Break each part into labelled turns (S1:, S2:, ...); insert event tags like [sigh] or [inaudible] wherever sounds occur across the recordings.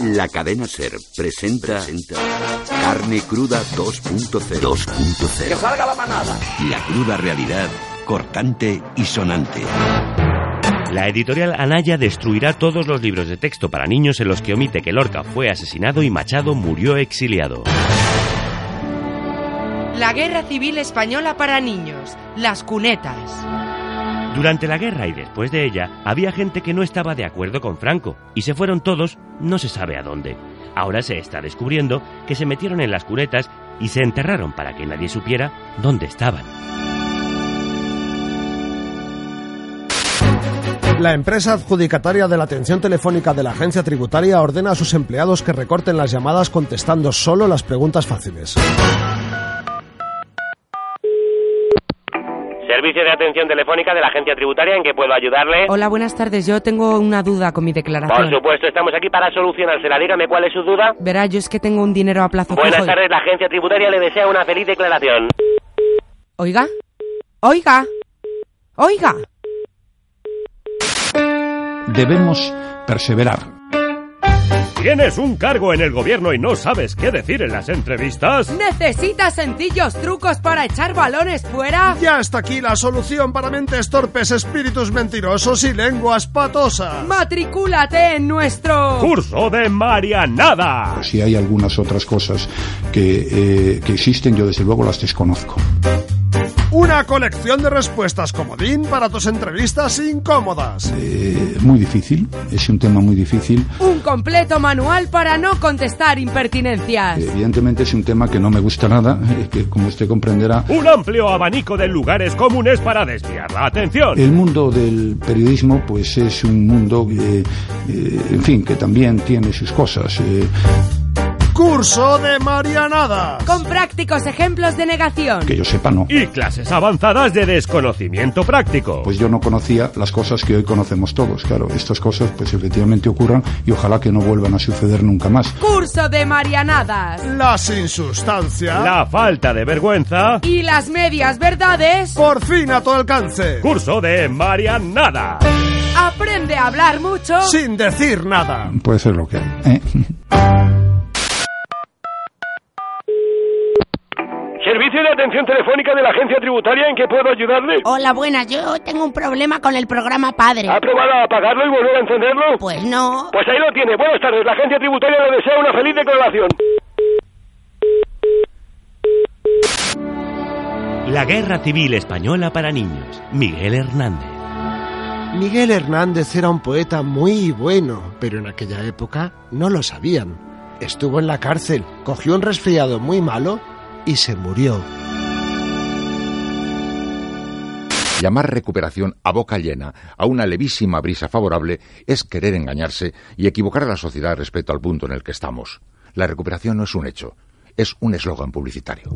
S1: La cadena Ser presenta, Carne Cruda 2.0. 2.0.
S2: ¡Que salga la manada!
S1: La cruda realidad, cortante y sonante.
S3: La editorial Anaya destruirá todos los libros de texto para niños en los que omite que Lorca fue asesinado y Machado murió exiliado.
S4: La Guerra Civil Española para niños, las cunetas.
S3: Durante la guerra y después de ella, había gente que no estaba de acuerdo con Franco, y se fueron todos, no se sabe a dónde. Ahora se está descubriendo que se metieron en las cunetas y se enterraron para que nadie supiera dónde estaban.
S5: La empresa adjudicataria de la atención telefónica de la agencia tributaria ordena a sus empleados que recorten las llamadas contestando solo las preguntas fáciles.
S3: Servicio de atención telefónica de la agencia tributaria, ¿en que puedo ayudarle?
S4: Hola, buenas tardes. Yo tengo una duda con mi
S3: Por
S4: declaración.
S3: supuesto, estamos aquí para solucionársela. Dígame cuál es su duda.
S4: Verá, yo es que tengo un dinero a plazo
S3: Buenas
S4: fijo.
S3: tardes, la agencia tributaria le desea una feliz declaración.
S4: Oiga, oiga, oiga.
S6: Debemos perseverar.
S7: ¿Tienes un cargo en el gobierno y no sabes qué decir en las entrevistas?
S4: ¿Necesitas sencillos trucos para echar balones fuera?
S5: Ya está aquí la solución para mentes torpes, espíritus mentirosos y lenguas patosas.
S4: Matricúlate en nuestro...
S7: ¡Curso de Marianada!
S6: Si hay algunas otras cosas que, eh, que existen, yo desde luego las desconozco.
S5: Una colección de respuestas comodín para tus entrevistas incómodas.
S6: Eh, muy difícil, es un tema muy difícil.
S4: Un completo manual para no contestar impertinencias.
S6: Evidentemente es un tema que no me gusta nada, [laughs] eh, que como usted comprenderá,
S7: Un amplio abanico de lugares comunes para desviar la atención.
S6: el mundo del periodismo pues es un mundo, eh, eh, en fin, que también tiene sus cosas. eh,
S5: Curso de Marianadas.
S4: Con prácticos ejemplos de negación.
S6: que yo sepa, no.
S7: Y clases avanzadas de desconocimiento práctico.
S6: Pues yo no conocía las cosas que hoy conocemos todos. Claro, estas cosas pues efectivamente ocurran y ojalá que no vuelvan a suceder nunca más.
S4: Curso de Marianadas.
S5: La sin sustancia.
S7: La falta de vergüenza.
S4: Y las medias verdades.
S5: Por fin a tu alcance.
S7: Curso de Marianada.
S4: Aprende a hablar mucho.
S5: Sin decir nada.
S6: Puede ser lo que hay. ¿eh?
S7: Servicio de atención telefónica de la agencia tributaria, ¿en que puedo ayudarle?
S8: Hola, buenas. Yo tengo un problema con el programa padre.
S7: ¿Ha probado a apagarlo y volver a encenderlo?
S8: Pues no.
S7: Pues ahí lo tiene. Buenas tardes. La agencia tributaria le desea una feliz declaración.
S3: La Guerra Civil Española para niños, Miguel Hernández.
S5: Miguel Hernández era un poeta muy bueno, pero en aquella época no lo sabían. Estuvo en la cárcel, cogió un resfriado muy malo y se murió.
S9: Llamar recuperación a boca llena a una levísima brisa favorable es querer engañarse y equivocar a la sociedad respecto al punto en el que estamos. La recuperación no es un hecho, es un eslogan publicitario.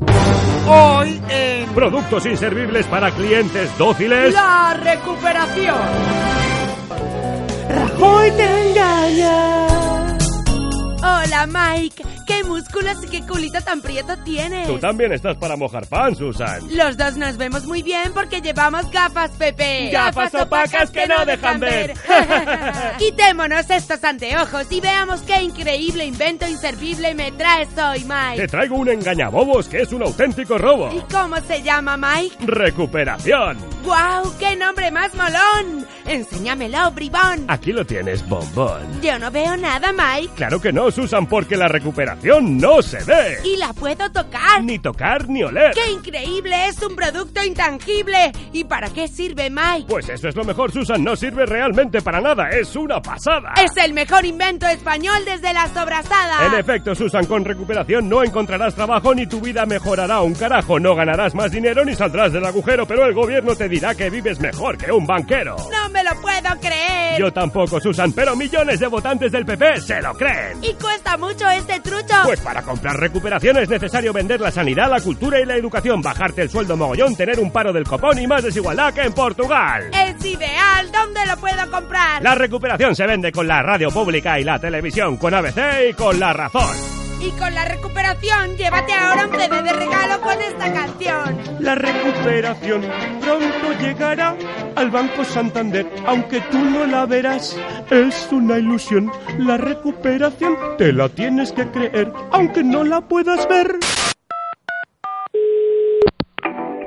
S5: Hoy en
S7: Productos inservibles para clientes dóciles.
S4: La recuperación.
S10: Rajoy te engaña.
S4: Hola, Mike. ¿Qué músculos y qué culito tan prieto tienes?
S7: Tú también estás para mojar pan, Susan.
S4: Los dos nos vemos muy bien porque llevamos gafas, Pepe.
S7: Gafas opacas que no dejan ver. [laughs]
S4: Quitémonos estos anteojos y veamos qué increíble invento inservible me traes hoy,
S7: Te
S4: Mike.
S7: traigo un engañabobos que es un auténtico robo.
S4: ¿Y cómo se llama, Mike?
S7: Recuperación.
S4: ¡Guau! ¡Qué nombre más molón! Enséñamelo, bribón.
S7: Aquí lo tienes, bombón.
S4: Yo no veo nada, Mike.
S7: Claro que no, Susan, porque la recuperación no se ve.
S4: Y la puedo tocar.
S7: Ni tocar ni oler.
S4: ¡Qué increíble! ¡Es un producto intangible! ¿Y para qué sirve, Mike?
S7: Pues eso es lo mejor, Susan. No sirve realmente para nada. Es una pasada.
S4: Es el mejor invento español desde la sobrasada.
S7: En efecto, Susan, con recuperación no encontrarás trabajo ni tu vida mejorará un carajo. No ganarás más dinero ni saldrás del agujero, pero el gobierno te dirá que vives mejor que un banquero.
S4: ¡No me lo puedo creer!
S7: Yo tampoco, Susan, pero millones de votantes del PP se lo creen.
S4: ¿Y cuesta mucho este trucho?
S7: Pues para comprar recuperación es necesario vender la sanidad, la cultura y la educación, bajarte el sueldo mogollón, tener un paro del copón y más desigualdad que en Portugal.
S4: ¡Es ideal! ¿Dónde lo puedo comprar?
S7: La recuperación se vende con la radio pública y la televisión, con ABC y con La Razón.
S4: Y con la recuperación, llévate ahora un bebé de regalo con esta canción.
S7: La recuperación pronto llegará al Banco Santander, aunque tú no la verás. Es una ilusión, la recuperación te la tienes que creer, aunque no la puedas ver.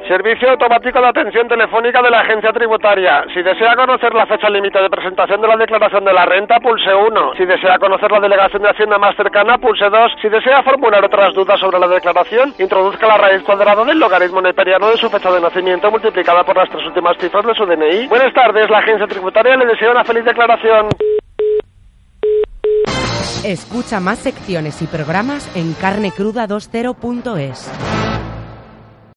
S2: Servicio automático de atención telefónica de la agencia tributaria. Si desea conocer la fecha límite de presentación de la declaración de la renta, pulse 1. Si desea conocer la delegación de Hacienda más cercana, pulse 2. Si desea formular otras dudas sobre la declaración, introduzca la raíz cuadrada del logaritmo neperiano de su fecha de nacimiento multiplicada por las tres últimas cifras de su DNI. Buenas tardes, la agencia tributaria le desea una feliz declaración.
S11: Escucha más secciones y programas en carnecruda20.es.